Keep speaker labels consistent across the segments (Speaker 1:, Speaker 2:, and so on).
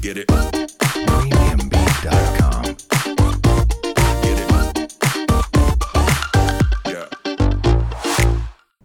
Speaker 1: Get it. Premiumbeat.com. Get it. Yeah.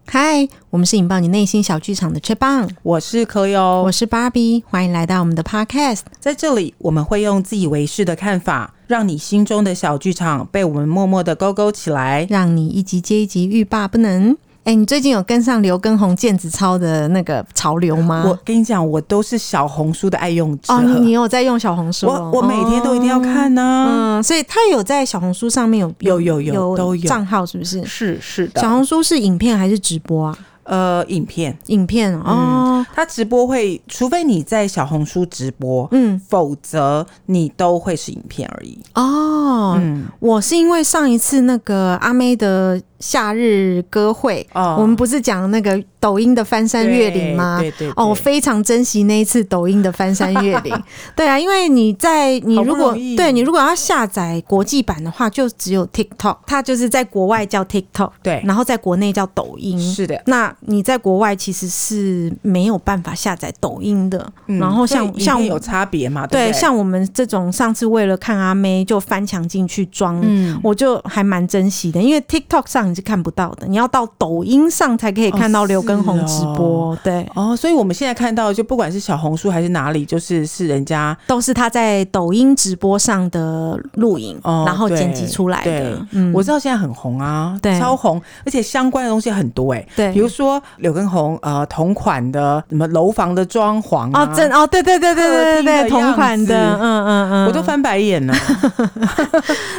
Speaker 2: 嗨，我们是引爆你内心小剧场的吹棒，
Speaker 3: 我是柯优
Speaker 2: 我，是芭比，欢迎来到我们的 Podcast。
Speaker 3: 在这里我们会用自以为是的看法，让你心中的小剧场被我们默默的勾勾起来。
Speaker 2: 让你一集接一集欲罢不能。哎、你最近有跟上刘畊宏毽子操的那个潮流吗？
Speaker 3: 我跟你讲，我都是小红书的爱用者，
Speaker 2: 哦，你你有在用小红书、哦
Speaker 3: 我我每天都一定要看啊呢、
Speaker 2: 嗯，所以他有在小红书上面有
Speaker 3: 有有有都有
Speaker 2: 账号，是不是？
Speaker 3: 是是
Speaker 2: 嗯小红书是影片还是直播啊？
Speaker 3: 呃，影片
Speaker 2: 影片哦，
Speaker 3: 它直播会，除非你在小红书直播，
Speaker 2: 嗯
Speaker 3: 否则你都会是影片而已。
Speaker 2: 哦，
Speaker 3: 嗯，
Speaker 2: 我是因为上一次那个阿妹的夏日歌会，
Speaker 3: 哦
Speaker 2: 我们不是讲那个抖音的翻山越岭吗？
Speaker 3: 对对对
Speaker 2: 哦，我非常珍惜那一次抖音的翻山越 岭。对啊，因为你在你
Speaker 3: 好不
Speaker 2: 如果
Speaker 3: 容易
Speaker 2: 对你如果要下载国际版的话，就只有 TikTok，它就是在国外叫 TikTok，
Speaker 3: 对
Speaker 2: 然后在国内叫抖音。
Speaker 3: 是的。
Speaker 2: 那你在国外其实是没有办法下载抖音的，
Speaker 3: 嗯
Speaker 2: 然后
Speaker 3: 所以影
Speaker 2: 像
Speaker 3: 片
Speaker 2: 像我
Speaker 3: 有差别嘛？啊对
Speaker 2: 对，
Speaker 3: 不对，
Speaker 2: 像我们这种上次为了看阿妹就翻墙进去装，
Speaker 3: 嗯
Speaker 2: 我就还蛮珍惜的，因为 TikTok 上你是看不到的，你要到抖音上才可以看到
Speaker 3: 哦
Speaker 2: 刘畊宏
Speaker 3: 是
Speaker 2: 直
Speaker 3: 哦
Speaker 2: 播，对，
Speaker 3: 哦，所以我们现在看到，就不管是小红书还是哪里，就是是人家
Speaker 2: 都是他在抖音直播上的录影，
Speaker 3: 哦，
Speaker 2: 然后
Speaker 3: 对
Speaker 2: 剪辑出来的嗯
Speaker 3: 对，我知道现在很红啊，
Speaker 2: 对
Speaker 3: 超红，而且相关的东西很多哎、
Speaker 2: 对
Speaker 3: 比如说柳根红呃同款的什么楼房的装潢啊
Speaker 2: 哦，真哦，对对对对对对对，
Speaker 3: 客厅的样
Speaker 2: 同
Speaker 3: 子
Speaker 2: 款的，嗯嗯嗯，
Speaker 3: 我都翻白眼了，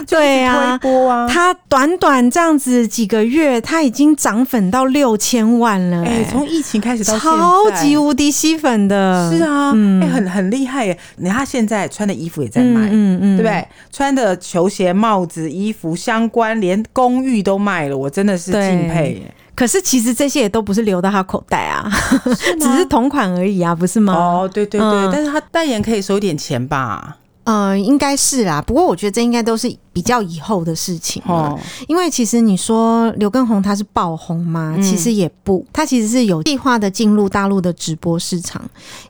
Speaker 2: 对呀、
Speaker 3: 推播啊，
Speaker 2: 他短短这样子几个月，他已经涨粉到六千万了、
Speaker 3: 哎、
Speaker 2: 哎、
Speaker 3: 从疫情开始到现在
Speaker 2: 超级。无敌吸粉的，
Speaker 3: 是啊，哎、
Speaker 2: 嗯
Speaker 3: 很很厉害耶！你看他现在穿的衣服也在卖，
Speaker 2: 嗯嗯
Speaker 3: 对不？对？穿的球鞋、帽子、衣服相关，连公寓都卖了，我真的是
Speaker 2: 对
Speaker 3: 敬佩耶。
Speaker 2: 可是其实这些也都不是流到他口袋啊，只是同款而已啊，不是吗？
Speaker 3: 哦，对对对，
Speaker 2: 嗯
Speaker 3: 但是他代言可以收一点钱吧？
Speaker 2: 呃，应该是啦、不过我觉得这应该都是比较以后的事情哦
Speaker 3: 哦。，
Speaker 2: 因为其实你说刘畊宏他是爆红吗？
Speaker 3: 嗯
Speaker 2: 其实也不，他其实是有计划的进入大陆的直播市场。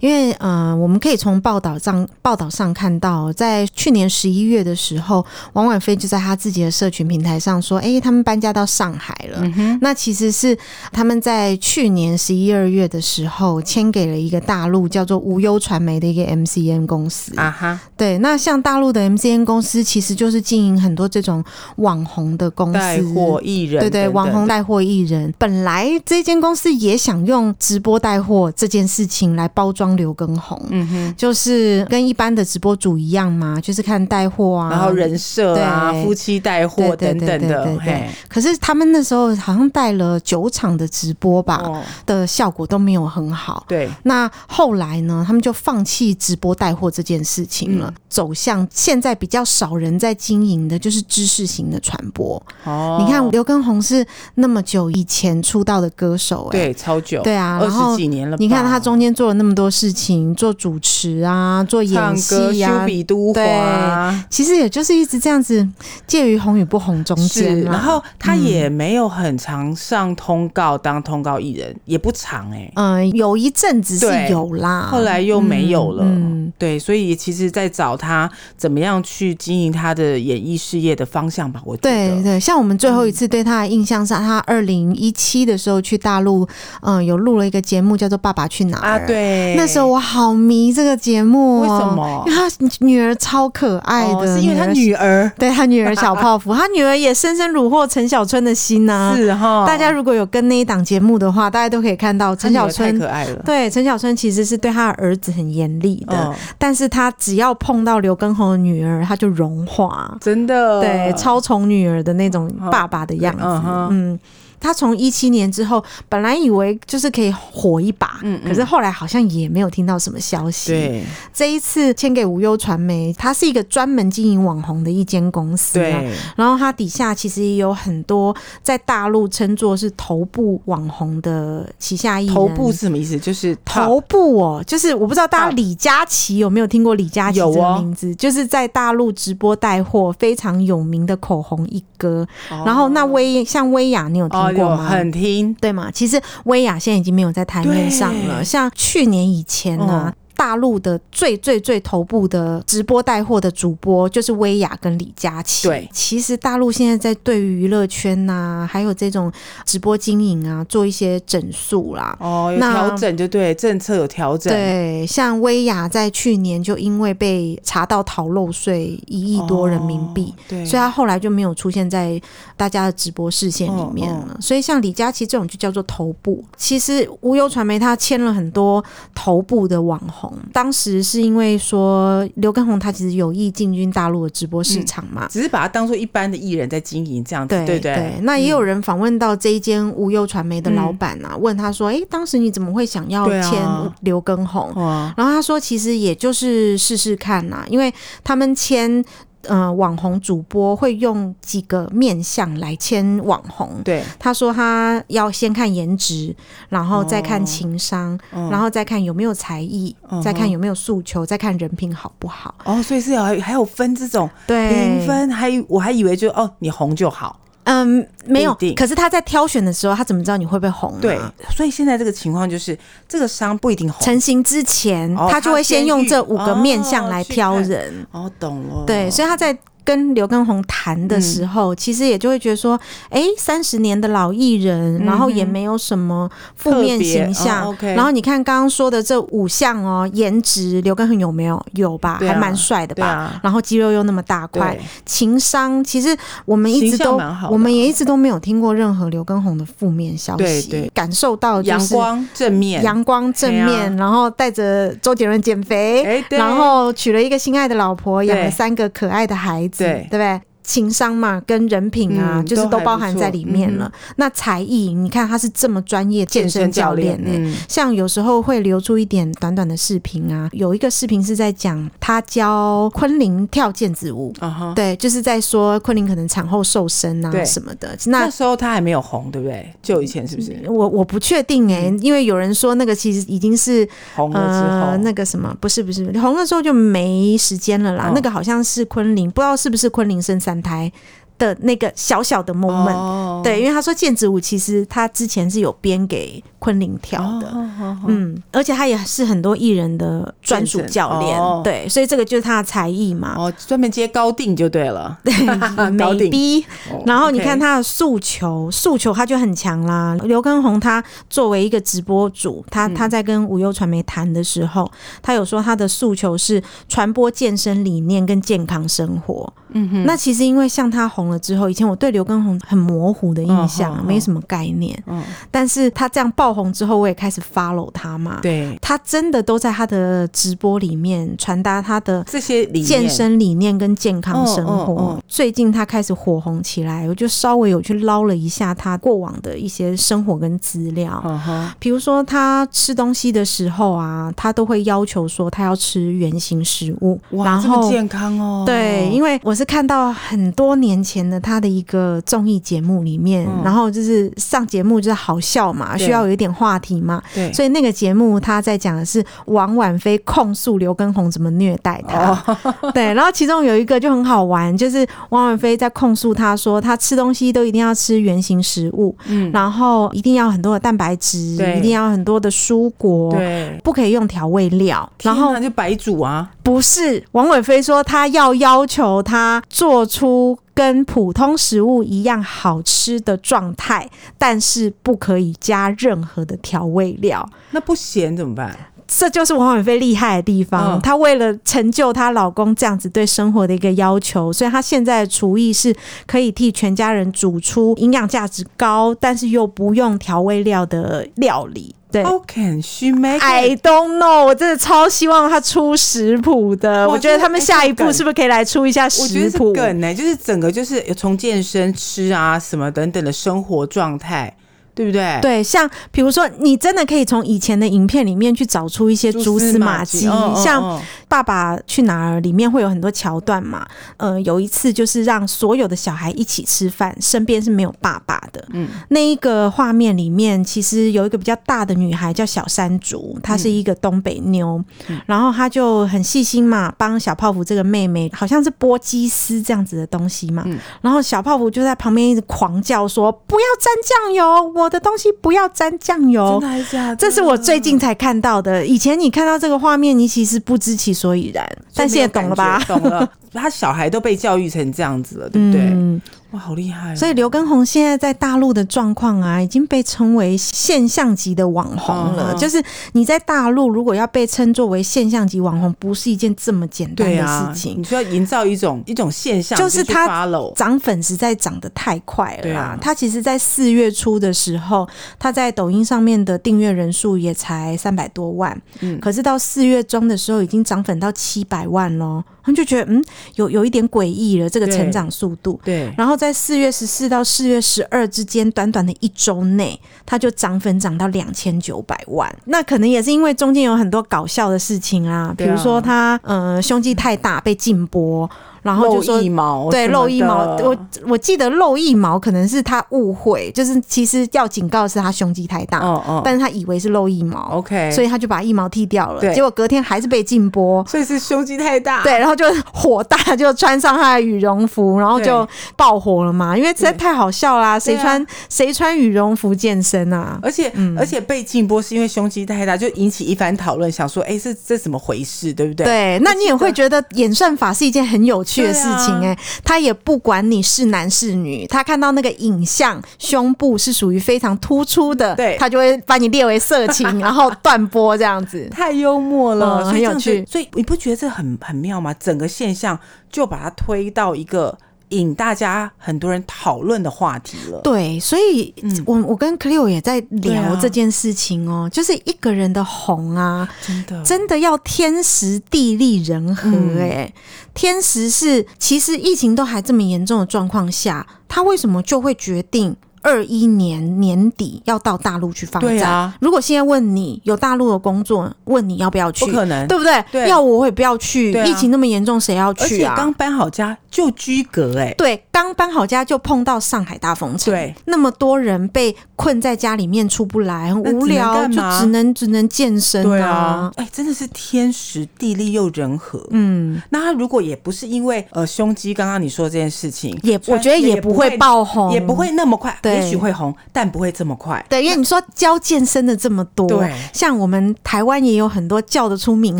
Speaker 2: 因为呃，我们可以从报道上报道上看到，在去年十一月的时候，王婉菲就在她自己的社群平台上说：“哎、他们搬家到上海了。那其实是他们在去年十一二月的时候签给了一个大陆叫做无忧传媒的一个 MCN 公司
Speaker 3: 啊哈，
Speaker 2: 对，那像大陆的 MCN 公司，其实就是经营很多这种网红的公司，
Speaker 3: 带货艺人
Speaker 2: 对
Speaker 3: 等等，
Speaker 2: 对，网红带货艺人。本来这间公司也想用直播带货这件事情来包装刘畊宏，
Speaker 3: 嗯哼，
Speaker 2: 就是跟一般的直播主一样嘛，就是看带货啊，
Speaker 3: 然后人设啊，
Speaker 2: 对
Speaker 3: 夫妻带货
Speaker 2: 对
Speaker 3: 等
Speaker 2: 对
Speaker 3: 等
Speaker 2: 对对
Speaker 3: 的，
Speaker 2: 对
Speaker 3: 嘿，
Speaker 2: 可是他们那时候好像带了九场的直播吧，
Speaker 3: 哦，
Speaker 2: 的效果都没有很好。
Speaker 3: 对，
Speaker 2: 那后来呢，他们就放弃直播带货这件事情
Speaker 3: 嗯
Speaker 2: 了，走向现在比较少人在经营的，就是知识型的传播。
Speaker 3: 哦，
Speaker 2: 你看刘畊宏是那么久以前出道的歌手、哎，
Speaker 3: 对，超久，
Speaker 2: 对啊，
Speaker 3: 二
Speaker 2: 然后
Speaker 3: 十几年了吧，
Speaker 2: 你看他中间做了那么多事情，做主持啊，做演
Speaker 3: 唱歌
Speaker 2: 戏
Speaker 3: 修
Speaker 2: 啊。
Speaker 3: 比都华。
Speaker 2: 其实也就是一直这样子，介于红与不红中间啊嗯
Speaker 3: 是，
Speaker 2: 啦
Speaker 3: 然后他也没有很常上通告当通告艺人，也不长哎、
Speaker 2: 嗯、有一阵子是
Speaker 3: 对
Speaker 2: 有啦，
Speaker 3: 后来又没有了。
Speaker 2: 嗯嗯
Speaker 3: 对，所以其实在找他怎么样去经营他的演艺事业的方向吧，我觉得。
Speaker 2: 对对，像我们最后一
Speaker 3: 嗯
Speaker 2: 次对他的印象是，他二零一七的时候去大陆，嗯、有录了一个节目叫做《爸爸去哪儿》
Speaker 3: 啊，。对，
Speaker 2: 那时候我好迷这个节目、哦，
Speaker 3: 为什？么
Speaker 2: 因？为他女儿超可爱的，
Speaker 3: 哦，是因为他
Speaker 2: 儿
Speaker 3: 女儿
Speaker 2: 对他女儿小 泡芙，他女儿也深深虏获陈小春的心呐、
Speaker 3: 是哦哈，
Speaker 2: 啊大家如果有跟那一档节目的话，大家都可以看到
Speaker 3: 他
Speaker 2: 陈
Speaker 3: 女儿
Speaker 2: 小
Speaker 3: 太
Speaker 2: 春。
Speaker 3: 可爱了。
Speaker 2: 对，陈小春其实是对他的儿子很严厉的，
Speaker 3: 嗯，
Speaker 2: 但是他只要碰到刘畊宏的女儿，他就融化。
Speaker 3: 真的，
Speaker 2: 对，超宠女儿的那种爸爸的样子。
Speaker 3: 嗯
Speaker 2: 嗯
Speaker 3: 哼
Speaker 2: 他从一七年之后，本来以为就是可以火一把，
Speaker 3: 嗯嗯
Speaker 2: 可是后来好像也没有听到什么消息。，
Speaker 3: 对
Speaker 2: 这一次签给无忧传媒，它是一个专门经营网红的一间公司、啊。
Speaker 3: 对，
Speaker 2: 然后它底下其实也有很多在大陆称作是头部网红的旗下艺人。
Speaker 3: 头部是什么意思？就是
Speaker 2: 头部哦，就是我不知道大家
Speaker 3: 啊
Speaker 2: 李佳琦有没有听过李佳琦这
Speaker 3: 有
Speaker 2: 个
Speaker 3: 哦
Speaker 2: 名字，就是在大陆直播带货非常有名的口红一哥。
Speaker 3: top，
Speaker 2: 然后那薇像薇娅，你有听
Speaker 3: 哦
Speaker 2: 过过
Speaker 3: 哦有
Speaker 2: 吗？
Speaker 3: 很听，
Speaker 2: 对嘛？其实薇娅现在已经没有在台面上了。
Speaker 3: 对
Speaker 2: 像去年以前呢、
Speaker 3: 嗯
Speaker 2: 大陆的最最最头部的直播带货的主播就是薇娅跟李佳琦。
Speaker 3: 对
Speaker 2: 其实大陆现在在对于娱乐圈呐、还有这种直播经营啊，做一些整肃啦。
Speaker 3: 哦，有
Speaker 2: 那
Speaker 3: 调整就对，政策有调整，
Speaker 2: 对，像薇娅在去年就因为被查到逃漏税一亿多人民币，
Speaker 3: 哦，对，
Speaker 2: 所以他后来就没有出现在大家的直播视线里面了。
Speaker 3: 哦
Speaker 2: 所以像李佳琦这种就叫做头部。其实无忧传媒他签了很多头部的网红，当时是因为说刘畊宏他其实有意进军大陆的直播市场嘛。
Speaker 3: 只是把它当做一般的艺人在经营这样子，
Speaker 2: 对
Speaker 3: 嗯对不嗯
Speaker 2: 那也有人访问到这一间无忧传媒的老板啊，问他说：“诶，当时你怎么会想要
Speaker 3: 嗯对啊
Speaker 2: 签刘畊宏？”
Speaker 3: 哇，
Speaker 2: 然后他说，其实也就是试试看啦、因为他们签呃网红主播会用几个面相来签网红。
Speaker 3: 对，
Speaker 2: 他说他要先看颜值，然后再看情商，
Speaker 3: 嗯
Speaker 2: 然后再看有没有才艺，
Speaker 3: 嗯哼
Speaker 2: 再看有没有诉求，再看人品好不好。
Speaker 3: 哦，所以是有还还有分这种
Speaker 2: 对，
Speaker 3: 评分，还我还以为就哦你红就好，
Speaker 2: 嗯没有
Speaker 3: 不一定。
Speaker 2: 可是他在挑选的时候，他怎么知道你会不会红、啊？
Speaker 3: 对，所以现在这个情况就是这个商不一定红，
Speaker 2: 成型之前，
Speaker 3: 哦
Speaker 2: 他就会先用这五个面相来挑
Speaker 3: 他先去
Speaker 2: 人。
Speaker 3: 哦嗯懂了，
Speaker 2: 对，所以他在跟刘畊宏谈的时候，其实也就会觉得说，哎、三十年的老艺人，然后也没有什么负面形象。
Speaker 3: 嗯特别哦，OK
Speaker 2: 然后你看刚刚说的这五项哦，颜值刘畊宏有没有？有吧，
Speaker 3: 对啊
Speaker 2: 还蛮帅的
Speaker 3: 对
Speaker 2: 吧。
Speaker 3: 啊，
Speaker 2: 然后肌肉又那么大块
Speaker 3: 对，，
Speaker 2: 情商其实我们一直
Speaker 3: 形象
Speaker 2: 都
Speaker 3: 蛮好，的啊
Speaker 2: 我们也一直都没有听过任何刘畊宏的负面消息，
Speaker 3: 对对
Speaker 2: 感受到就
Speaker 3: 阳
Speaker 2: 是
Speaker 3: 光正面，
Speaker 2: 阳光正面，
Speaker 3: 对啊
Speaker 2: 然后带着周杰伦减 肥，
Speaker 3: 哎对
Speaker 2: 然后娶了一个心爱的老婆，
Speaker 3: 对
Speaker 2: 养了三个可爱的孩子，
Speaker 3: 对
Speaker 2: 对不对？情商嘛，跟人品啊，
Speaker 3: 嗯
Speaker 2: 就是
Speaker 3: 都
Speaker 2: 都
Speaker 3: 还
Speaker 2: 包
Speaker 3: 不
Speaker 2: 含
Speaker 3: 错嗯
Speaker 2: 在里面了。那才艺，你看他是这么专业健身教练呢、
Speaker 3: 嗯，
Speaker 2: 像有时候会留出一点短短的视频啊，有一个视频是在讲他教昆凌跳毽子舞，
Speaker 3: 啊哈，
Speaker 2: 对，就是在说昆凌可能产后瘦身啊
Speaker 3: 对
Speaker 2: 什么的。
Speaker 3: 那
Speaker 2: 那嗯
Speaker 3: 时候他还没有红，对不对？就以前是不是
Speaker 2: 我我不确定哎、
Speaker 3: 嗯
Speaker 2: 因为有人说那个其实已经是
Speaker 3: 红了之后，
Speaker 2: 呃，那个什么，不是不是，红了之后就没时间了啦。
Speaker 3: 嗯
Speaker 2: 那个好像是昆凌，不知道是不是昆凌生三胎的那个小小的 moment、
Speaker 3: 哦
Speaker 2: 对，因为他说毽子舞其实他之前是有编给昆凌跳的。
Speaker 3: 哦哦哦
Speaker 2: 嗯，而且他也是很多艺人的专属教练，
Speaker 3: 健身哦
Speaker 2: 对，所以这个就是他的才艺嘛。
Speaker 3: 哦，专门接高定就对了， 高
Speaker 2: 啊美
Speaker 3: 定。
Speaker 2: 逼，
Speaker 3: 哦
Speaker 2: 然后你
Speaker 3: OK
Speaker 2: 看他的诉求，诉求他就很强啦。刘畊宏他作为一个直播主，
Speaker 3: 嗯
Speaker 2: 他他在跟无忧传媒谈的时候，他有说他的诉求是传播健身理念跟健康生活。嗯哼，那其实因为像他红了之后，以前我对刘畊宏很模糊的印象，
Speaker 3: 嗯哼
Speaker 2: 没什么概念。
Speaker 3: 嗯
Speaker 2: 但是他这样爆红之后，我也开始 follow 他嘛。，
Speaker 3: 对
Speaker 2: 他真的都在他的直播里面传达他的
Speaker 3: 这些理念
Speaker 2: 健身理念跟健康生活。
Speaker 3: 嗯嗯嗯
Speaker 2: 最近他开始火红起来，我就稍微有去捞了一下他过往的一些生活跟资料。
Speaker 3: 嗯哼，
Speaker 2: 比如说，他吃东西的时候啊，他都会要求说他要吃原形食物，然
Speaker 3: 哇，这么
Speaker 2: 后
Speaker 3: 健康哦，
Speaker 2: 对，因
Speaker 3: 为
Speaker 2: 为我是看到很多年前的他的一个综艺节目里面，
Speaker 3: 嗯
Speaker 2: 然后就是上节目就是好笑嘛，
Speaker 3: 对
Speaker 2: 需要有一点话题嘛，
Speaker 3: 对，
Speaker 2: 所以那个节目他在讲的是王婉菲控诉刘畊宏怎么虐待他，
Speaker 3: 哦
Speaker 2: 对，然后其中有一个就很好玩，就是王婉菲在控诉他说他吃东西都一定要吃原形食物，
Speaker 3: 嗯
Speaker 2: 然后一定要很多的蛋白质，
Speaker 3: 对
Speaker 2: 一定要很多的蔬果。
Speaker 3: 对，
Speaker 2: 不可以用调味料，然后
Speaker 3: 天哪就白煮啊，
Speaker 2: 不是王伟飞说他要要求他做出跟普通食物一样好吃的状态，但是不可以加任何的调味料。
Speaker 3: 那不咸怎么办？
Speaker 2: 这就是王伟飞厉害的地方。
Speaker 3: 嗯
Speaker 2: 她为了成就她老公这样子对生活的一个要求，所以她现在的厨艺是可以替全家人煮出营养价值高，但是又不用调味料的料理。Oh 对。哎
Speaker 3: How can she make
Speaker 2: I
Speaker 3: it？
Speaker 2: don't know，我真的超希望他出食谱的。
Speaker 3: 哇
Speaker 2: 我觉得他们下一
Speaker 3: 这
Speaker 2: 步
Speaker 3: 个
Speaker 2: 是不是可以来出一下
Speaker 3: 我觉得
Speaker 2: 食
Speaker 3: 是
Speaker 2: 谱？
Speaker 3: 梗呢、就是整个就是从健身、吃啊什么等等的生活状态，对不对？，
Speaker 2: 对，像比如说，你真的可以从以前的影片里面去找出一些蛛丝马迹，
Speaker 3: 嗯嗯
Speaker 2: 像
Speaker 3: 嗯
Speaker 2: 爸爸去哪儿》里面会有很多桥段嘛。呃，有一次就是让所有的小孩一起吃饭，身边是没有爸爸的。嗯，那一个画面里面，其实有一个比较大的女孩叫小山竹，她是一个东北妞，然后她就很细心嘛，帮小泡芙这个妹妹，好像是剥鸡丝这样子的东西嘛。然后小泡芙就在旁边一直狂叫说：“不要沾酱油，我的东西不要沾酱油。”
Speaker 3: 还是哦假的
Speaker 2: 哦这是我最近才看到的。以前你看到这个画面，你其实不知其所以然，但现在懂了吧？
Speaker 3: 懂 了，他小孩都被教育成这样子了，对不对？
Speaker 2: 嗯，
Speaker 3: 哇，好厉害哦、
Speaker 2: 所以刘畊宏现在在大陆的状况啊，已经被称为现象级的网红了。
Speaker 3: 嗯嗯
Speaker 2: 就是你在大陆如果要被称作为现象级网红，不是一件这么简单
Speaker 3: 对
Speaker 2: 的
Speaker 3: 啊，
Speaker 2: 事情
Speaker 3: 你。需要营造一种一种现象，
Speaker 2: 就是
Speaker 3: 去
Speaker 2: 他
Speaker 3: follow
Speaker 2: 涨粉实在涨得太快了
Speaker 3: 对
Speaker 2: 啦！
Speaker 3: 啊
Speaker 2: 他其实，在四月初的时候，他在抖音上面的订阅人数也才三百多万，
Speaker 3: 嗯
Speaker 2: 可是到四月中的时候，已经涨粉到七百万咯，他们就觉得嗯，有有一点诡异了，这个
Speaker 3: 对
Speaker 2: 成长速度。
Speaker 3: 对，
Speaker 2: 然后在四月十四到四月十二之间，短短的一周内，它就涨粉涨到两千九百万。那可能也是因为中间有很多搞笑的事情啊，比
Speaker 3: 对啊
Speaker 2: 如说他呃胸肌太大被禁播，然后就说
Speaker 3: 露一毛，
Speaker 2: 对，漏一毛，我
Speaker 3: 嗯
Speaker 2: 我记得漏一毛可能是他误会，就是其实要警告的是他胸肌太大，
Speaker 3: 哦哦，
Speaker 2: 但是他以为是漏一毛
Speaker 3: OK，
Speaker 2: 所
Speaker 3: 以
Speaker 2: 以他就把一毛剃掉了。
Speaker 3: 对啊
Speaker 2: 结果隔天还是被禁播。
Speaker 3: 所以是胸肌太大，
Speaker 2: 对，然后就火大，就穿上他的羽绒服，然后就爆火了嘛，因为实在太好笑啦！谁
Speaker 3: 对啊
Speaker 2: 穿、谁穿羽绒服健身啊？
Speaker 3: 而且、而且被禁播是因为胸肌太大，就引起一番讨论，想说，哎、这这怎么回事，对不对？
Speaker 2: 对，那你也会觉得演算法是一件很有趣的事情
Speaker 3: 对啊
Speaker 2: 哎、他也不管你是男是女，他看到那个影像胸部是属于非常突出的，
Speaker 3: 对
Speaker 2: 他就会把你列为色情，然后断播这样 子。
Speaker 3: 太幽默了，
Speaker 2: 嗯
Speaker 3: 所以这样子
Speaker 2: 很有趣
Speaker 3: 所以你不觉得这很很妙吗？整个现象就把它推到一个引大家很多人讨论的话题了。
Speaker 2: 对，所以
Speaker 3: 嗯
Speaker 2: 我我跟 Clio 也在
Speaker 3: 对啊
Speaker 2: 聊这件事情哦、就是一个人的红啊，
Speaker 3: 真的，
Speaker 2: 真的要天时地利人和
Speaker 3: 嗯
Speaker 2: 哎、天时是其实疫情都还这么严重的状况下，他为什么就会决定二一年年底要到大陆去发
Speaker 3: 对
Speaker 2: 展？
Speaker 3: 啊
Speaker 2: 如果现在问你有大陆的工作，问你要不要去，
Speaker 3: 不可能。
Speaker 2: 对不对？
Speaker 3: 对
Speaker 2: 要我我也不要去，
Speaker 3: 对啊
Speaker 2: 疫情那么严重，谁要
Speaker 3: 而
Speaker 2: 去
Speaker 3: 且
Speaker 2: 啊
Speaker 3: 刚？搬好家就居隔、哎，
Speaker 2: 对，刚搬好家就碰到上海大封城，
Speaker 3: 对，
Speaker 2: 那么多人被困在家里面出不来，很
Speaker 3: 那只
Speaker 2: 无
Speaker 3: 能
Speaker 2: 聊，
Speaker 3: 干
Speaker 2: 就
Speaker 3: 嘛
Speaker 2: 只能只能健身
Speaker 3: 对啊，哎、真的是天时地利又人和。
Speaker 2: 嗯，
Speaker 3: 那他如果也不是因为呃胸肌，刚刚你说这件事情，
Speaker 2: 也我
Speaker 3: 穿
Speaker 2: 觉得也不
Speaker 3: 不
Speaker 2: 会，爆红，
Speaker 3: 也不会那么快，
Speaker 2: 对
Speaker 3: 也许会红，但不会这么快。
Speaker 2: 对，因为你说教健身的这么多，
Speaker 3: 对
Speaker 2: 像我们台湾也有很多叫得出名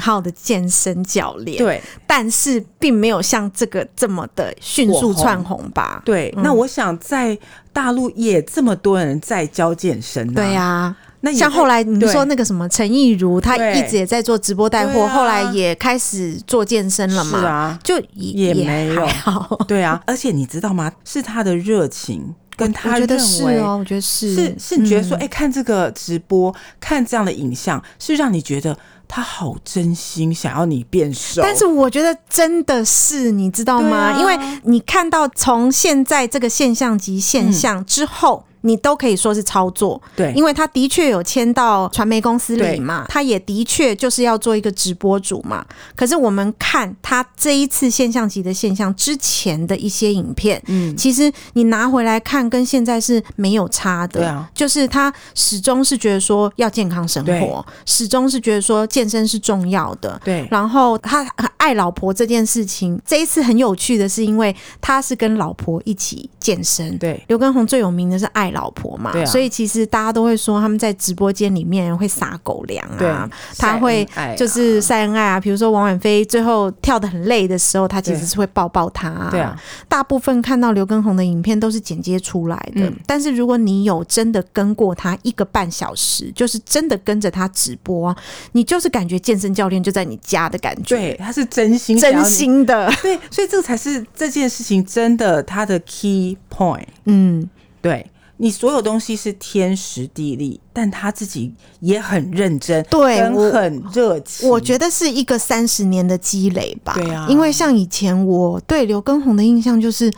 Speaker 2: 号的健身教练，，
Speaker 3: 对
Speaker 2: 但是并没有像这个这么的迅速窜红吧？
Speaker 3: 对，啊那我想在大陆也这么多人在教健身、啊
Speaker 2: 对呀、、
Speaker 3: 那也
Speaker 2: 像后来你
Speaker 3: 对
Speaker 2: 说那个什么陈亦儒，他
Speaker 3: 对
Speaker 2: 一直也在做直播带
Speaker 3: 对
Speaker 2: 货，
Speaker 3: 啊
Speaker 2: 后来也开始做健身了嘛，
Speaker 3: 是啊，
Speaker 2: 就也
Speaker 3: 也没有
Speaker 2: 还好，
Speaker 3: 对啊，而且你知道吗？是他的热情跟他
Speaker 2: 我觉
Speaker 3: 认
Speaker 2: 得
Speaker 3: 为
Speaker 2: 是哦，我觉得是嗯
Speaker 3: 是是你觉得说，哎、看这个直播，看这样的影像，是让你觉得他好真心想要你变瘦。
Speaker 2: 但是我觉得真的是，你知道吗？
Speaker 3: 啊对啊
Speaker 2: 因为你看到从现在这个现象级现象之后。你都可以说是操作，
Speaker 3: 对
Speaker 2: 因为他的确有签到传媒公司里嘛，他也的确就是要做一个直播主嘛。可是我们看他这一次现象级的现象之前的一些影片，
Speaker 3: 嗯，
Speaker 2: 其实你拿回来看，跟现在是没有差的。
Speaker 3: 对啊
Speaker 2: 就是他始终是觉得说要健康生
Speaker 3: 对
Speaker 2: 活，始终是觉得说健身是重要的。
Speaker 3: 对
Speaker 2: 然后他很爱老婆这件事情，这一次很有趣的是，因为他是跟老婆一起健身。
Speaker 3: 对
Speaker 2: 刘畊宏最有名的是爱老婆嘛，
Speaker 3: 对啊
Speaker 2: 所以其实大家都会说他们在直播间里面会撒狗粮
Speaker 3: 对哎
Speaker 2: 啊，，他会
Speaker 3: 晒恩爱啊
Speaker 2: 就是晒恩爱啊。比如说王婉菲最后跳得很累的时候，他其实
Speaker 3: 对
Speaker 2: 是会抱抱他、啊
Speaker 3: 对啊，
Speaker 2: 大部分看到刘畊宏的影片都是剪接出来的，
Speaker 3: 嗯
Speaker 2: 但是如果你有真的跟过他一个半小时，就是真的跟着他直播，啊你就是感觉健身教练就在你家的感觉，
Speaker 3: 对，他是真心想要
Speaker 2: 真
Speaker 3: 你。
Speaker 2: 心的，
Speaker 3: 对，所以这个才是这件事情真的它的 key point。
Speaker 2: 嗯，
Speaker 3: 对你所有东西是天时地利，但他自己也很认真，
Speaker 2: 对
Speaker 3: 跟
Speaker 2: 我
Speaker 3: 很热情。
Speaker 2: 我觉得是一个三十年的积累吧。
Speaker 3: 对啊
Speaker 2: 因为像以前我对刘畊宏的印象就是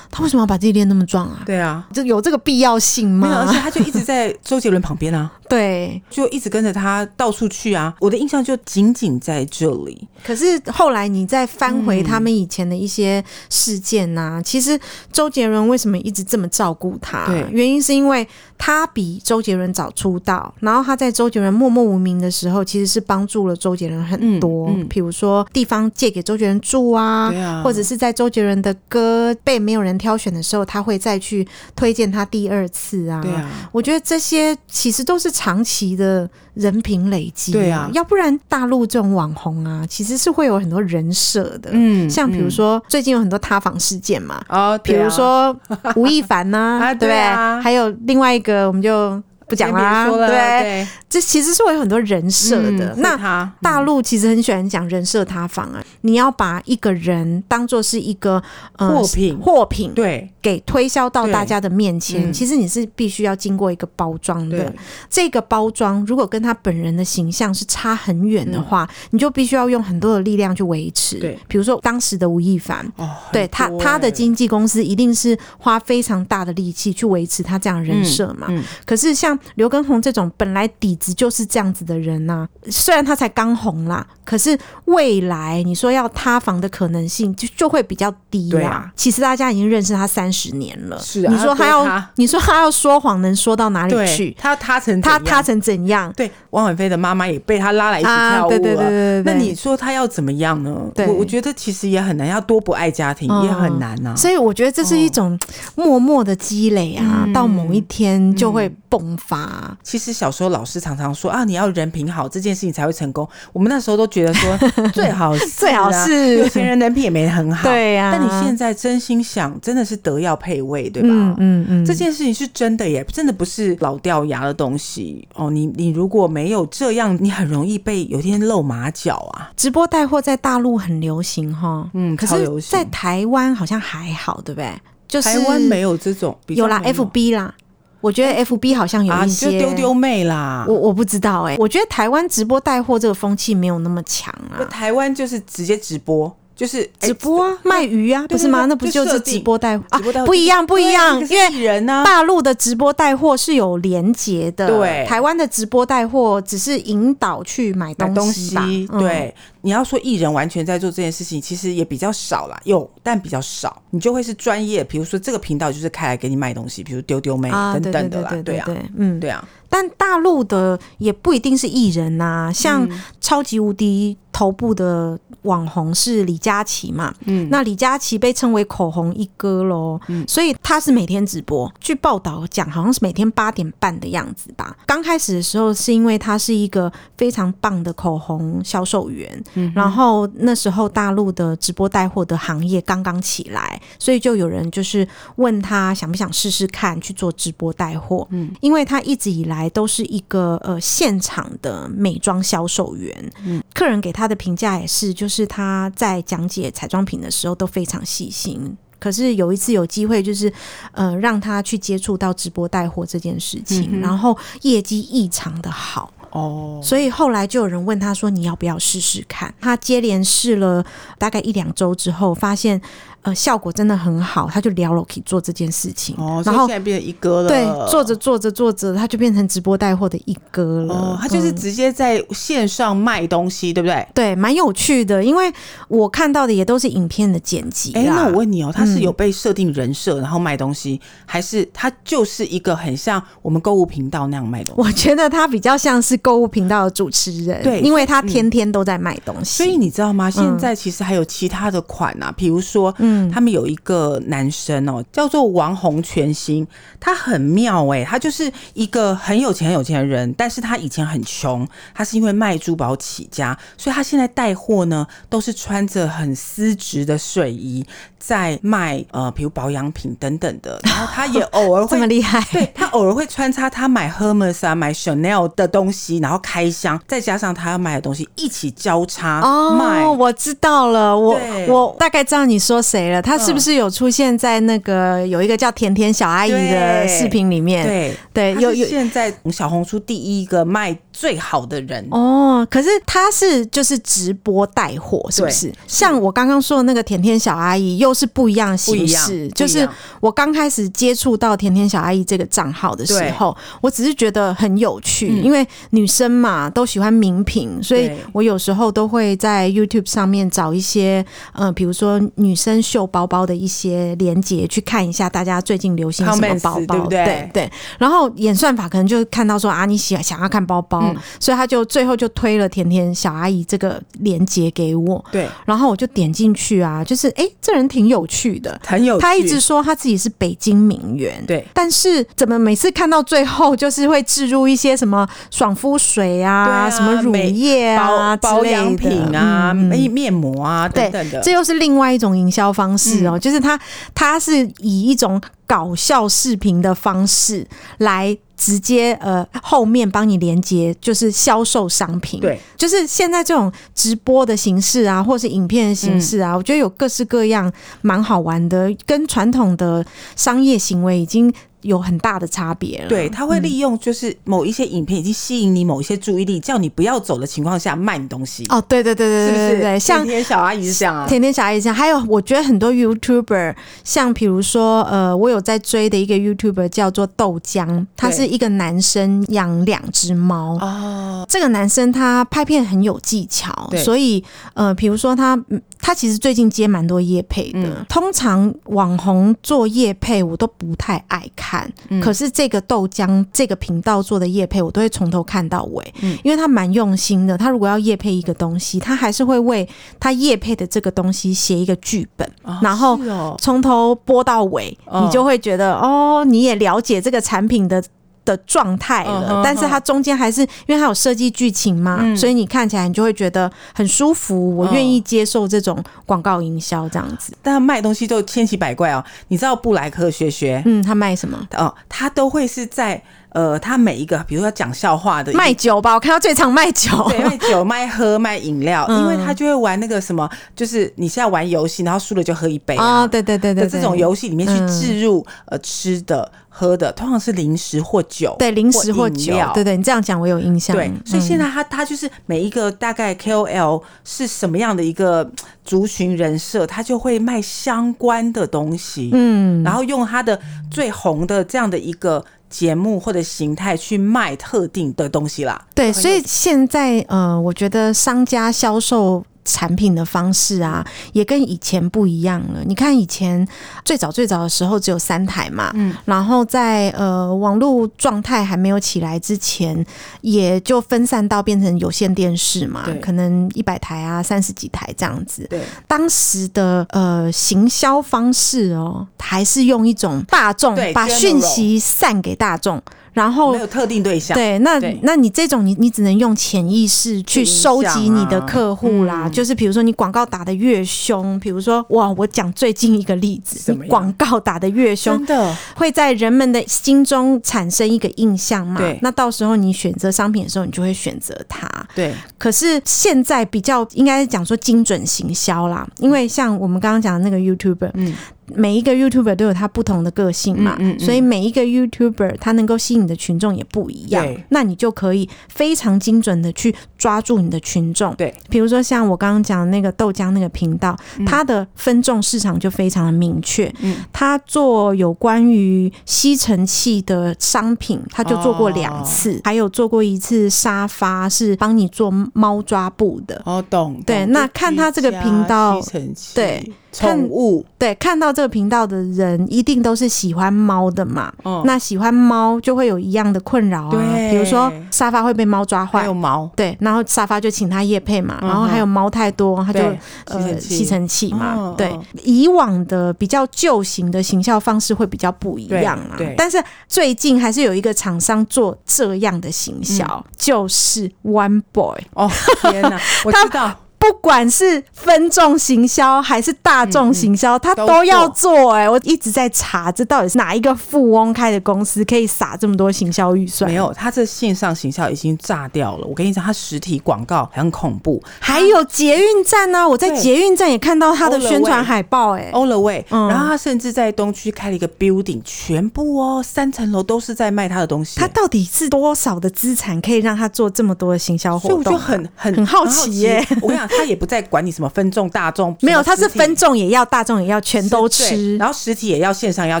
Speaker 2: 他为什么要把自己练那么壮啊？
Speaker 3: 对啊，
Speaker 2: 这有这个必要性
Speaker 3: 没有，而且
Speaker 2: 吗？
Speaker 3: 他就一直在周杰伦旁边啊，
Speaker 2: 对，
Speaker 3: 就一直跟着他到处去啊。我的印象就仅仅在这里，
Speaker 2: 可是后来你再翻回
Speaker 3: 嗯
Speaker 2: 他们以前的一些事件呐、其实周杰伦为什么一直这么照顾他？
Speaker 3: 对
Speaker 2: 原因是因为他比周杰伦早出道，然后他在周杰伦默默无名的时候，其实是帮助了周杰伦很多，
Speaker 3: 嗯嗯
Speaker 2: 比如说地方借给周杰伦住啊。
Speaker 3: 对啊，
Speaker 2: 或者是在周杰伦的歌被没有人挑选的时候，他会再去推荐他第二次
Speaker 3: 对啊，
Speaker 2: 我觉得这些其实都是长期的人品累积，
Speaker 3: 对啊
Speaker 2: 要不然大陆这种网红啊，其实是会有很多人设的，
Speaker 3: 嗯
Speaker 2: 像比如说、最近有很多塌房事件嘛，
Speaker 3: 哦，
Speaker 2: 比如 说吴亦凡呐、
Speaker 3: 啊
Speaker 2: 对不
Speaker 3: 对啊
Speaker 2: 还有另外一个我们就不
Speaker 3: 不
Speaker 2: 讲啦，
Speaker 3: 说了，
Speaker 2: 对，
Speaker 3: 对，
Speaker 2: 这其实是会有很多人设的，
Speaker 3: 嗯
Speaker 2: 那
Speaker 3: 会。他
Speaker 2: 大陆其实很喜欢讲人设塌房啊，你要把一个人当做是一个呃
Speaker 3: 货品
Speaker 2: 货品
Speaker 3: 对
Speaker 2: 给推销到
Speaker 3: 对
Speaker 2: 大家的面前，
Speaker 3: 嗯
Speaker 2: 其实你是必须要经过一个包装的
Speaker 3: 对。
Speaker 2: 这个包装如果跟他本人的形象是差很远的话，你就必须要用很多的力量去维持。
Speaker 3: 嗯对，
Speaker 2: 比如说当时的吴亦凡。
Speaker 3: 哦，
Speaker 2: 对
Speaker 3: 很
Speaker 2: 他，
Speaker 3: 多
Speaker 2: 他的
Speaker 3: 欸
Speaker 2: 经纪公司一定是花非常大的力气去维持他这样的人设嘛。
Speaker 3: 嗯嗯
Speaker 2: 可是像刘畊宏这种本来底子就是这样子的人呐、虽然他才刚红啦，可是未来你说要塌房的可能性就就会比较低
Speaker 3: 对
Speaker 2: 啦。
Speaker 3: 啊
Speaker 2: 其实大家已经认识他三十年了，
Speaker 3: 是啊
Speaker 2: 你说
Speaker 3: 他
Speaker 2: 他要
Speaker 3: 多塌
Speaker 2: 你说他要说谎能说到哪里
Speaker 3: 对
Speaker 2: 去？
Speaker 3: 他塌成
Speaker 2: 他
Speaker 3: 怎
Speaker 2: 塌
Speaker 3: 样
Speaker 2: 成怎样？啊
Speaker 3: 对王婉菲的妈妈也被他拉来一起跳舞了。啊
Speaker 2: 对对对对对
Speaker 3: 那你说他要怎么样呢？
Speaker 2: 对
Speaker 3: 我我觉得其实也很难，要多不爱家庭、
Speaker 2: 嗯
Speaker 3: 也很难啊呐、
Speaker 2: 所以我觉得这是一种
Speaker 3: 哦
Speaker 2: 默默的积累啊，
Speaker 3: 嗯
Speaker 2: 到某一天就会迸发、
Speaker 3: 其实小时候老师常常说啊，你要人品好，这件事情才会成功。我们那时候都觉得 说最好是、啊、
Speaker 2: 最好是
Speaker 3: 有钱人人品也没很好。、
Speaker 2: 对啊呀、
Speaker 3: 但你现在真心想，真的是德要配位，对吧？
Speaker 2: 嗯嗯嗯，
Speaker 3: 这件事情是真的耶，真的不是老掉牙的东西哦。你你如果没有这样，你很容易被有一天露马脚啊。
Speaker 2: 直播带货在大陆很流行哈，
Speaker 3: 嗯
Speaker 2: 可
Speaker 3: 超
Speaker 2: 是
Speaker 3: 流行
Speaker 2: 在台湾好像还好，对不对？就是
Speaker 3: 台湾没有这种，比较
Speaker 2: 有啦
Speaker 3: 没
Speaker 2: ，FB 啦，我觉得 FB 好像有
Speaker 3: 啊，
Speaker 2: 一
Speaker 3: 你就
Speaker 2: 些
Speaker 3: 丢丢妹啦。
Speaker 2: 我我不知道哎、我觉得台湾直播带货这个风气没有那么强
Speaker 3: 那
Speaker 2: 啊。
Speaker 3: 台湾就是直接直播，就是
Speaker 2: 直播啊，卖鱼啊，不是吗？
Speaker 3: 对对
Speaker 2: 那不就是
Speaker 3: 就设
Speaker 2: 直
Speaker 3: 定
Speaker 2: 播带货
Speaker 3: 哎
Speaker 2: 啊
Speaker 3: 直播带？货
Speaker 2: 不一样，不一样，
Speaker 3: 对
Speaker 2: 因为
Speaker 3: 那个是艺人啊呢、
Speaker 2: 大陆的直播带货是有连结的，
Speaker 3: 对
Speaker 2: 台湾的直播带货只是引导去买
Speaker 3: 买
Speaker 2: 东
Speaker 3: 东
Speaker 2: 西
Speaker 3: 西
Speaker 2: 吧，嗯，
Speaker 3: 对，你要说艺人完全在做这件事情，其实也比较少啦，有但比较少。你就会是专业，比如说这个频道就是开来给你卖东西，比如丢丢妹
Speaker 2: 啊，
Speaker 3: 等
Speaker 2: 对对
Speaker 3: 等的
Speaker 2: 对
Speaker 3: 啦，
Speaker 2: 对
Speaker 3: 对
Speaker 2: 对
Speaker 3: 啊，
Speaker 2: 对，嗯，
Speaker 3: 对啊，
Speaker 2: 但大陆的也不一定是艺人呐、像超级无敌头部的网红是李佳琦嘛，嗯，那李佳琦被称为口红一哥喽，所以他是每天直播。据报道讲，好像是每天八点半的样子吧。刚开始的时候是因为他是一个非常棒的口红销售员，然后那时候大陆的直播带货的行业刚刚起来，所以就有人就是问他想不想试试看去做直播带货，嗯，因为他一直以来都是一个呃现场的美妆销售员，嗯，客人给他的评价也是，就是他在讲解彩妆品的时候都非常细心。可是有一次有机会，就是呃让他去接触到直播带货这件事情，然后业绩异常的好，
Speaker 3: 嗯哦，
Speaker 2: 所以后来就有人问他说：“你要不要试试看？”他接连试了大概一两周之后，发现呃效果真的很好，他就聊了可以做这件事情。
Speaker 3: 哦，所
Speaker 2: 然
Speaker 3: 以
Speaker 2: 后
Speaker 3: 现在变成一哥了，
Speaker 2: 对做着做着做着，他就变成直播带货的一哥了。
Speaker 3: 哦，他就是
Speaker 2: 嗯
Speaker 3: 直接在线上卖东西，对不对？
Speaker 2: 对，蛮有趣的，因为我看到的也都是影片的剪辑啦。嗯
Speaker 3: 哎、那我问你哦，他是有被设定人设，然后卖东西，还是他就是一个很像我们购物频道那样卖东西？
Speaker 2: 我觉得他比较像是购物频道的主持人，
Speaker 3: 对嗯
Speaker 2: 因为他天天都在卖东西。
Speaker 3: 所以你知道
Speaker 2: 嗯
Speaker 3: 吗？现在其实还有其他的款啊，比如说，嗯，他们有一个男生哦，叫做王红全新，他很妙哎、他就是一个很有钱很有钱的人，但是他以前很穷，他是因为卖珠宝起家，所以他现在带货呢都是穿着很丝质的睡衣，在卖呃，比如保养品等等的，然后他也偶尔
Speaker 2: 这
Speaker 3: 会
Speaker 2: 么厉害，
Speaker 3: 对他偶尔会穿插他买 Hermes 啊、买 Chanel 的东西，然后开箱，再加上他要
Speaker 2: 哦
Speaker 3: 啊买的东西一起交叉卖。
Speaker 2: 哦，我知道了，我
Speaker 3: 对
Speaker 2: 我大概知道你说谁谁了，他是不
Speaker 3: 嗯
Speaker 2: 是有出现在那个有一个叫甜甜小阿姨的
Speaker 3: 对
Speaker 2: 视频里面？
Speaker 3: 对
Speaker 2: 对
Speaker 3: 他
Speaker 2: 有
Speaker 3: 是
Speaker 2: 有
Speaker 3: 现在小红书第一个卖最好的人，
Speaker 2: 哦，可是他是就是直播带货，是不是？像我刚刚说的那个甜甜小阿姨，又是不一样的
Speaker 3: 不
Speaker 2: 形
Speaker 3: 一样，
Speaker 2: 式。
Speaker 3: 不
Speaker 2: 就
Speaker 3: 一
Speaker 2: 是
Speaker 3: 样
Speaker 2: 我刚开始接触到甜甜小阿姨这个账号的时
Speaker 3: 对
Speaker 2: 候，我只是觉得很有趣，
Speaker 3: 嗯
Speaker 2: 因为女生嘛都喜欢名品，所以
Speaker 3: 对
Speaker 2: 我有时候都会在 YouTube 上面找一些，嗯、比如说女生秀包包的一些链接，去看一下大家最近流行什么
Speaker 3: Comments，
Speaker 2: 包包，
Speaker 3: 对不对
Speaker 2: 对对。然后演算法可能就看到说啊，你喜想要看包包，
Speaker 3: 嗯
Speaker 2: 所以他就最后就推了甜甜小阿姨这个链接给我，
Speaker 3: 对，
Speaker 2: 然后我就点进去啊，就是诶，这人挺有趣的。
Speaker 3: 很有趣。
Speaker 2: 他一直说他自己是北京名媛，
Speaker 3: 对
Speaker 2: 但是怎么每次看到最后，就是会置入一些什么爽肤水啊、
Speaker 3: 对啊
Speaker 2: 什么乳液啊
Speaker 3: 保保
Speaker 2: 之类的
Speaker 3: 养品啊、
Speaker 2: 嗯嗯
Speaker 3: 面面膜啊
Speaker 2: 对
Speaker 3: 等等的，
Speaker 2: 这又是另外一种营销方式哦，
Speaker 3: 嗯
Speaker 2: 就是他他是以一种搞笑视频的方式来直接呃后面帮你连接，就是销售商品。
Speaker 3: 对，
Speaker 2: 就是现在这种直播的形式啊，或是影片的形式啊，
Speaker 3: 嗯
Speaker 2: 我觉得有各式各样蛮好玩的，跟传统的商业行为已经有很大的差别了。
Speaker 3: 对，他会利用就是某一些影片已经吸引你某一些注意力，叫你不要走的情况下卖你东西，
Speaker 2: 哦，对对对对
Speaker 3: 是不
Speaker 2: 对对
Speaker 3: 是？
Speaker 2: 对，像
Speaker 3: 甜甜小阿姨是这样啊，
Speaker 2: 甜甜小爱这样，还有我觉得很多 YouTuber，像比如说呃，我有在追的一个 YouTuber 叫做豆浆，他
Speaker 3: 对
Speaker 2: 是一个男生养两只猫。
Speaker 3: 哦，
Speaker 2: 这个男生他拍片很有技巧，
Speaker 3: 对
Speaker 2: 所以呃，比如说他嗯他其实最近接蛮多业配的。
Speaker 3: 嗯
Speaker 2: 通常网红做业配我都不太爱看，
Speaker 3: 嗯
Speaker 2: 可是这个豆浆这个频道做的业配我都会从头看到尾，
Speaker 3: 嗯
Speaker 2: 因为他蛮用心的。他如果要业配一个东西，他还是会为他业配的这个东西写一个剧本，
Speaker 3: 哦
Speaker 2: 然后
Speaker 3: 是哦
Speaker 2: 从头播到尾，
Speaker 3: 嗯
Speaker 2: 你就会觉得哦，你也了解这个产品的。的状态了，
Speaker 3: 嗯哼
Speaker 2: 但是它中间还是因为它有设计剧情嘛，
Speaker 3: 嗯
Speaker 2: 所以你看起来你就会觉得很舒服，我
Speaker 3: 嗯
Speaker 2: 愿意接受这种广告营销这样子。
Speaker 3: 但卖东西就千奇百怪哦。你知道布莱克学学
Speaker 2: 嗯，他卖什么？
Speaker 3: 哦，他都会是在呃，他每一个比如说讲笑话的
Speaker 2: 卖酒吧，我看到最常卖酒。
Speaker 3: 对，卖酒、卖喝、卖饮料，
Speaker 2: 嗯
Speaker 3: 因为他就会玩那个什么，就是你现在玩游戏，然后输了就喝一杯
Speaker 2: 啊、
Speaker 3: 啊。
Speaker 2: 对对对对
Speaker 3: 的
Speaker 2: 对，
Speaker 3: 这种游戏里面去
Speaker 2: 嗯
Speaker 3: 置入、呃吃的、喝的，通常是零食或酒，
Speaker 2: 对零食或酒
Speaker 3: 饮料，
Speaker 2: 对对，你这样讲我有印象。
Speaker 3: 对，所以
Speaker 2: 嗯
Speaker 3: 现在他他就是每一个大概 KOL 是什么样的一个族群人设，他就会卖相关的东西，
Speaker 2: 嗯，
Speaker 3: 然后用他的最红的这样的一个节目或者形态去卖特定的东西啦。
Speaker 2: 对，
Speaker 3: 就很
Speaker 2: 所
Speaker 3: 有
Speaker 2: 以现在呃，我觉得商家销售。产品的方式啊，也跟以前不一样了。你看以前最早最早的时候只有三台嘛，
Speaker 3: 嗯
Speaker 2: 然后在呃网络状态还没有起来之前，也就分散到变成有线电视嘛
Speaker 3: 对，
Speaker 2: 可能一百台啊、三十几台这样子。
Speaker 3: 对，
Speaker 2: 当时的呃行销方式哦，还是用一种大众
Speaker 3: 对
Speaker 2: 把
Speaker 3: general
Speaker 2: 讯息散给大众，然后
Speaker 3: 没有特定对象。
Speaker 2: 哦对，那
Speaker 3: 对
Speaker 2: 那你这种你你只能用潜意识去
Speaker 3: 去影
Speaker 2: 收集
Speaker 3: 响
Speaker 2: 你的
Speaker 3: 啊
Speaker 2: 客户啦，
Speaker 3: 嗯
Speaker 2: 就是比如说你广告打的越凶，比如说哇，我讲最近一个例子，
Speaker 3: 怎么
Speaker 2: 你
Speaker 3: 样
Speaker 2: 广告打的越凶
Speaker 3: 真，的，
Speaker 2: 会在人们的心中产生一个印象嘛
Speaker 3: 对。
Speaker 2: 那到时候你选择商品的时候，你就会选择它。
Speaker 3: 对，
Speaker 2: 可是现在比较应该讲说精准行销啦，因为像我们刚刚讲的那个 YouTuber，
Speaker 3: 嗯，
Speaker 2: 每一个 YouTuber 都有他不同的个性嘛，
Speaker 3: 嗯嗯嗯
Speaker 2: 所以每一个 YouTuber 他能够吸引的群众也不一样
Speaker 3: 对，
Speaker 2: 那你就可以非常精准的去抓住你的群众。
Speaker 3: 对，
Speaker 2: 比如说像我刚刚讲的那个豆浆那个频道，它的分众市场就非常的明确，
Speaker 3: 嗯
Speaker 2: 它做有关于吸尘器的商品，它就做过两次，还有做过一次沙发是帮你做猫抓布的，
Speaker 3: 哦，懂。
Speaker 2: 对
Speaker 3: 懂
Speaker 2: 那
Speaker 3: 就
Speaker 2: 看他
Speaker 3: 居
Speaker 2: 这个
Speaker 3: 家
Speaker 2: 频道
Speaker 3: 吸尘器
Speaker 2: 对看
Speaker 3: 宠物，
Speaker 2: 对，看到这个频道的人一定都是喜欢猫的嘛。
Speaker 3: 嗯
Speaker 2: 那喜欢猫就会有一样的困扰啊，
Speaker 3: 对
Speaker 2: 比如说沙发会被猫抓
Speaker 3: 还
Speaker 2: 坏
Speaker 3: 有。毛，
Speaker 2: 对，然后沙发就请他夜配嘛，
Speaker 3: 嗯哼
Speaker 2: 然后还有猫太多，他就
Speaker 3: 对
Speaker 2: 呃吸
Speaker 3: 吸
Speaker 2: 尘器嘛，
Speaker 3: 哦
Speaker 2: 对
Speaker 3: 哦，
Speaker 2: 以往的比较旧型的行销方式会比较不一样啊
Speaker 3: 对对。
Speaker 2: 但是最近还是有一个厂商做
Speaker 3: 嗯
Speaker 2: 这样的行销，就是 One Boy，
Speaker 3: 哦，天哪，我知道，
Speaker 2: 不管是分众行销还是大众行销，他
Speaker 3: 嗯都
Speaker 2: 都要
Speaker 3: 做
Speaker 2: 做、哎，我一直在查，这到底是哪一个富翁开的公司可以撒这么多行销预算？
Speaker 3: 没有，他这线上行销已经炸掉了。我跟你讲，他实体广告很恐怖。
Speaker 2: 还有捷运站呢、我在
Speaker 3: 啊对
Speaker 2: 捷运站也看到他的
Speaker 3: All the
Speaker 2: 宣传
Speaker 3: way
Speaker 2: 海报、哎，
Speaker 3: All the way，、
Speaker 2: 嗯
Speaker 3: 然后他甚至在东区开了一个 building，全部哦三层楼都是在卖他的东西。
Speaker 2: 他到底是多少的资产可以让他做这么多的行销活
Speaker 3: 所以
Speaker 2: 动啊？
Speaker 3: 我就很很
Speaker 2: 很好奇耶、
Speaker 3: 我跟你讲，他也不再管你什么分众、大众，
Speaker 2: 没有，
Speaker 3: 什
Speaker 2: 他
Speaker 3: 么
Speaker 2: 是
Speaker 3: 实体
Speaker 2: 分众也要，大众也要，全都
Speaker 3: 对
Speaker 2: 吃。
Speaker 3: 然后实体也要，线上也要，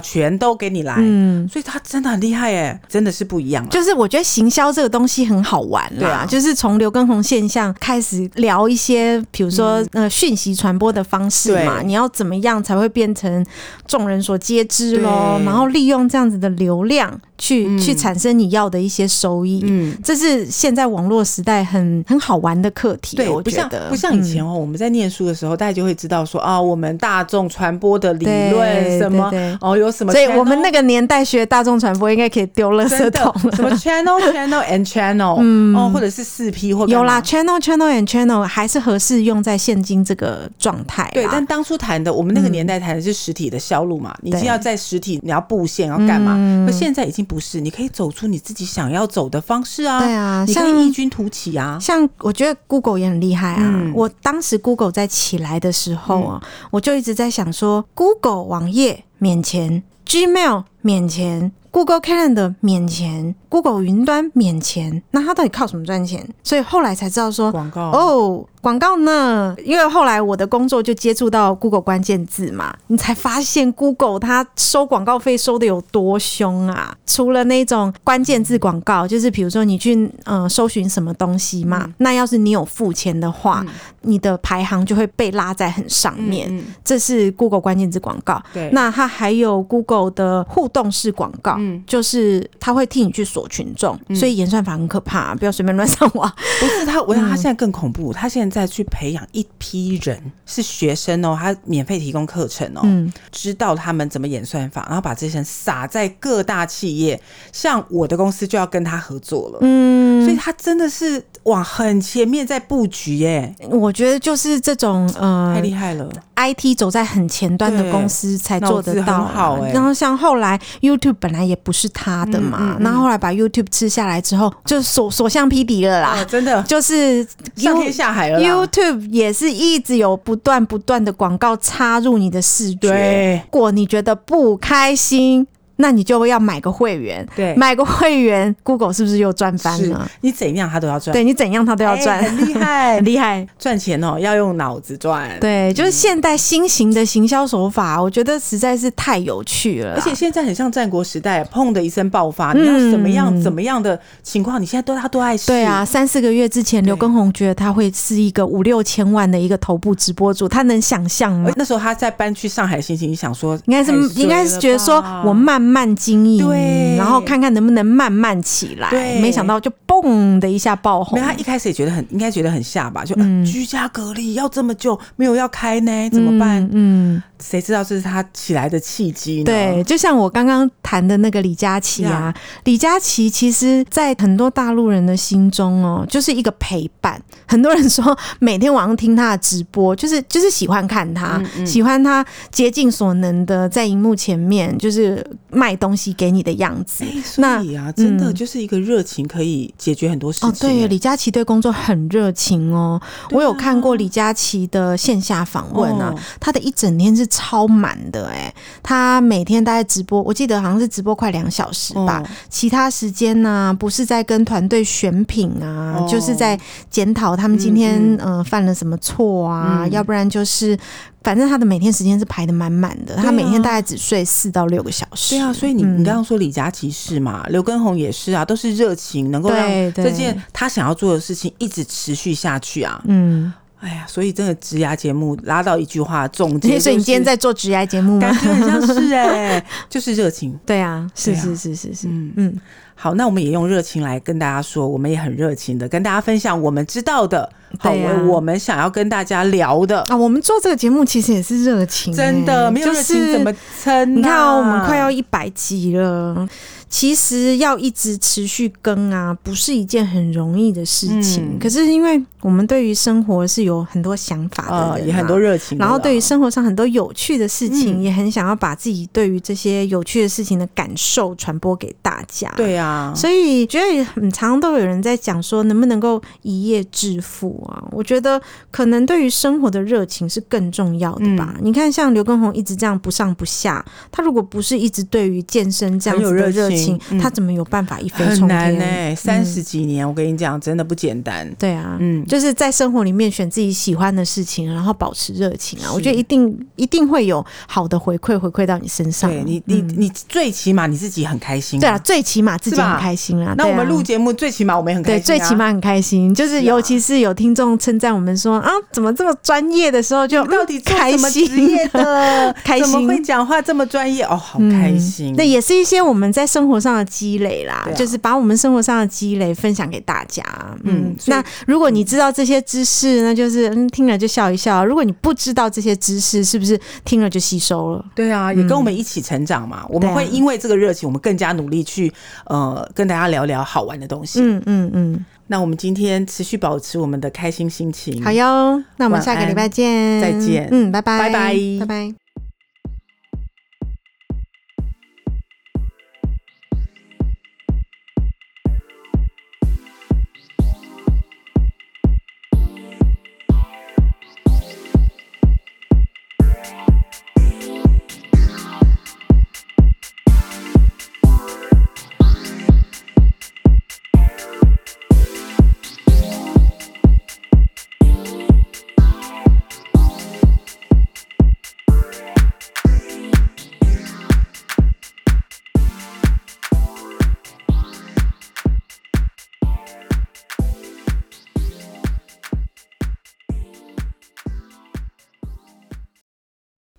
Speaker 3: 全都给你来。
Speaker 2: 嗯
Speaker 3: 所以他真的很厉害耶，真的是不一样了。
Speaker 2: 就是我觉得行销这个东西很好玩
Speaker 3: 对
Speaker 2: 啦，
Speaker 3: 啊
Speaker 2: 就是从刘畊宏现象开始聊一些，比如说、呃讯息传播的方式嘛，
Speaker 3: 嗯对
Speaker 2: 你要怎么样才会变成众人所皆知喽？
Speaker 3: 对
Speaker 2: 然后利用这样子的流量去、
Speaker 3: 嗯
Speaker 2: 去产生你要的一些收益，
Speaker 3: 嗯，
Speaker 2: 这是现在网络时代很很好玩的课题。
Speaker 3: 对，
Speaker 2: 我
Speaker 3: 不
Speaker 2: 觉
Speaker 3: 像
Speaker 2: 得嗯
Speaker 3: 不像以前哦，我们在念书的时候，大家就会知道说啊，我们大众传播的理
Speaker 2: 对
Speaker 3: 论什么
Speaker 2: 对对
Speaker 3: 哦，有什么
Speaker 2: 所
Speaker 3: channel，
Speaker 2: 以我们那个年代学大众传播，应该可以丢垃圾
Speaker 3: 真的
Speaker 2: 桶
Speaker 3: 什么
Speaker 2: 了。
Speaker 3: channel channel and channel，哦，或者是四 P 或干
Speaker 2: 嗯有啦
Speaker 3: 嘛
Speaker 2: ，channel channel and channel 还是合适用在现今这个状态啦。嗯
Speaker 3: 对，但当初谈的，我们那个年代谈的是实体的销路嘛，你
Speaker 2: 对嗯
Speaker 3: 是要在实体，你要布线，要干嘛？那、现在已经不是，你可以走出你自己想要走的方式啊，
Speaker 2: 对啊
Speaker 3: 你可
Speaker 2: 像
Speaker 3: 以异军突起啊，
Speaker 2: 像我觉得 Google 也很厉害啊。
Speaker 3: 嗯
Speaker 2: 我当时 Google 在起来的时候啊，我就一直在想说，Google 网页免钱，Gmail 免钱。Google Calendar 免钱，Google 云端免钱，那它到底靠什么赚钱？所以后来才知道说，
Speaker 3: 广告，
Speaker 2: 哦，广告呢？因为后来我的工作就接触到 Google 关键字嘛，你才发现 Google 它收广告费收的有多凶啊！除了那种关键字广
Speaker 3: 嗯
Speaker 2: 告，就是比如说你去呃搜寻什么东西嘛，那要是你有付钱的话，你的排行就会被拉在很上面。
Speaker 3: 嗯
Speaker 2: 这是 Google 关键字广告。
Speaker 3: 对，
Speaker 2: 那它还有 Google 的互动式广告，
Speaker 3: 嗯
Speaker 2: 就是它会替你去锁群众，所以演算法很可怕、啊不要随便乱上网。
Speaker 3: 不是他，我想
Speaker 2: 嗯
Speaker 3: 他现在更恐怖，他现在去培养一批人是学生哦，他免费提供课程哦，
Speaker 2: 嗯，
Speaker 3: 知道他们怎么演算法，然后把这些人撒在各大企业，像我的公司就要跟他合作了，嗯，所以他真的是往很前面在布局耶，
Speaker 2: 我觉得就是这种
Speaker 3: 太
Speaker 2: 呃
Speaker 3: 厉害了，
Speaker 2: ，IT 走在很前端的
Speaker 3: 对
Speaker 2: 公司才做得到
Speaker 3: 脑
Speaker 2: 啊、
Speaker 3: 子很好欸嗯
Speaker 2: 然后像后来 YouTube 本来也不是他的嘛，那、后来把 YouTube 吃下来之后，就所所向披靡了啦。
Speaker 3: 啊，真的
Speaker 2: 就是 You
Speaker 3: 上天下海了啦
Speaker 2: YouTube 也是一直有不断不断的广告插入你的视觉。
Speaker 3: 对
Speaker 2: 如果你觉得不开心，那你就要买个会员。
Speaker 3: 对
Speaker 2: 买个会员，Google 是不是又赚翻
Speaker 3: 是
Speaker 2: 了？
Speaker 3: 你怎样他都要赚，
Speaker 2: 对你怎样它都要
Speaker 3: 哎
Speaker 2: 赚，
Speaker 3: 很厉害
Speaker 2: 很，厉害。
Speaker 3: 赚钱哦要用脑子赚，。
Speaker 2: 对，就是现代新型的行销手法，我觉得实在是太有趣了啦。
Speaker 3: 而且现在很像战国时代，砰的一声爆发，你要什么样、怎么样的情况，你现在都他都爱试。
Speaker 2: 嗯对啊，，三四个月之前，刘畊宏觉得他会是一个五六千万的一个头部直播主，他能想象吗
Speaker 3: 而？那时候他在搬去上海，心情想说，
Speaker 2: 应该是
Speaker 3: 太衰了吧
Speaker 2: 应该是觉得说，我慢慢经营，
Speaker 3: 对
Speaker 2: 然后看看能不能慢慢起来。
Speaker 3: 对
Speaker 2: 没想到就嘣的一下爆红
Speaker 3: 没有。他一开始也觉得很应该觉得很下吧，就、嗯、居家隔离要这么久，没有要开呢，怎么办？
Speaker 2: 嗯，
Speaker 3: 谁知道这是他起来的契机呢？
Speaker 2: 对，，就像我刚刚谈的那个李佳琦啊，李佳琦其实，在很多大陆人的心中哦，就是一个陪伴。很多人说每天晚上听他的直播，就是就是喜欢看
Speaker 3: 啊
Speaker 2: 他，
Speaker 3: 嗯
Speaker 2: 喜欢他竭尽所能的在荧幕前面就是卖东西给你的样子。
Speaker 3: 哎，所以啊，真的就是一个热情可以解决很多事
Speaker 2: 嗯
Speaker 3: 情。
Speaker 2: 哦，对，李佳琦对工作很热情哦。我有看过李佳琦的线下访问啊，
Speaker 3: 啊哦
Speaker 2: 他的一整天是超满的哎、他每天大概直播，我记得好像是直播快两小时吧。
Speaker 3: 哦
Speaker 2: 其他时间呢、不是在跟团队选品啊，
Speaker 3: 哦
Speaker 2: 就是在检讨他们今天、
Speaker 3: 嗯
Speaker 2: 呃犯了什么错啊，
Speaker 3: 嗯
Speaker 2: 要不然就是。反正他的每天时间是排的满满的，他
Speaker 3: 对啊
Speaker 2: 每天大概只睡四到六个小时。
Speaker 3: 对啊，所以你、
Speaker 2: 嗯
Speaker 3: 你刚刚说李佳琦是嘛，刘畊宏也是啊，都是热情，能够让
Speaker 2: 对对
Speaker 3: 这件他想要做的事情一直持续下去啊。
Speaker 2: 嗯，
Speaker 3: 哎呀，所以真的职涯节目拉到一句话总
Speaker 2: 所以
Speaker 3: 结、就是，
Speaker 2: 所以你今天在做职涯节目吗
Speaker 3: 感？觉很像 是哎、就是热情。
Speaker 2: 对啊，是
Speaker 3: 对啊
Speaker 2: 是是是是，
Speaker 3: 嗯
Speaker 2: 嗯，
Speaker 3: 好，那我们也用热情来跟大家说，我们也很热情的跟大家分享我们知道的，好，
Speaker 2: 对啊
Speaker 3: 我我们想要跟大家聊的，
Speaker 2: 啊，我们做这个节目其实也是热情欸、
Speaker 3: 真的没有
Speaker 2: 就
Speaker 3: 热情
Speaker 2: 是
Speaker 3: 怎么撑、啊
Speaker 2: 你看哦，我们快要。一百集了。其实要一直持续更啊，不是一件很容易的事情。
Speaker 3: 嗯
Speaker 2: 可是因为我们对于生活是有很多想法的人啊、
Speaker 3: 呃，也很多热情的
Speaker 2: 然
Speaker 3: 啦，
Speaker 2: 后对于生活上很多有趣的事情，
Speaker 3: 嗯
Speaker 2: 也很想要把自己对于这些有趣的事情的感受传播给大家。。
Speaker 3: 对啊，
Speaker 2: 所以觉得很常都有人在讲说，能不能够一夜致富啊？我觉得可能对于生活的热情是更重要的
Speaker 3: 嗯
Speaker 2: 吧。你看，像刘畊宏一直这样不上不下，他如果不是一直对于健身这样子
Speaker 3: 很有
Speaker 2: 的热
Speaker 3: 热
Speaker 2: 情
Speaker 3: 情，嗯
Speaker 2: 他怎么有办法一飞
Speaker 3: 很
Speaker 2: 冲
Speaker 3: 难
Speaker 2: 天？嗯
Speaker 3: 呢、三十几年，我跟你讲，真的不简单。
Speaker 2: 对啊，
Speaker 3: 嗯，
Speaker 2: 就是在生活里面选自己喜欢的事情，然后保持热情啊，
Speaker 3: 是
Speaker 2: 我觉得一定一定会有好的回馈回馈到你身上。
Speaker 3: 对你，你，
Speaker 2: 嗯
Speaker 3: 你最起码你自己很开心、
Speaker 2: 对啊，，最起码自己
Speaker 3: 是吧
Speaker 2: 很开心啊。
Speaker 3: 那
Speaker 2: 对
Speaker 3: 我
Speaker 2: 啊
Speaker 3: 们录节目，最起码我们也很
Speaker 2: 对，
Speaker 3: 开心、啊。
Speaker 2: 最起码很开心，就是
Speaker 3: 啊
Speaker 2: 尤其是有听众称赞我们说啊，怎么这么专业的时候就，
Speaker 3: 你到底
Speaker 2: 嗯
Speaker 3: 做
Speaker 2: 开
Speaker 3: 什么
Speaker 2: 心
Speaker 3: 职业的？
Speaker 2: 开
Speaker 3: 怎么
Speaker 2: 心 嗯
Speaker 3: 会讲话这么专业？哦，好开心。
Speaker 2: 那也是一些我们在生活上的积累啦，
Speaker 3: 对啊
Speaker 2: 就是把我们生活上的积累分享给大家。嗯，
Speaker 3: 嗯所以
Speaker 2: 那如果你知道这些知识，那就是嗯听了就笑一笑；如果你不知道这些知识，是不是听了就吸收了？
Speaker 3: 对啊，也跟我们一起成长嘛。我
Speaker 2: 嗯对
Speaker 3: 们
Speaker 2: 啊
Speaker 3: 会因为这个热情，我们更加努力去呃跟大家聊聊好玩的东西。
Speaker 2: 嗯嗯嗯，
Speaker 3: 那我们今天持续保持我们的开心心情。
Speaker 2: 好哟，那我们
Speaker 3: 晚
Speaker 2: 下个礼
Speaker 3: 安
Speaker 2: 拜见，
Speaker 3: 再见
Speaker 2: 嗯，拜拜，
Speaker 3: 拜拜
Speaker 2: 拜拜。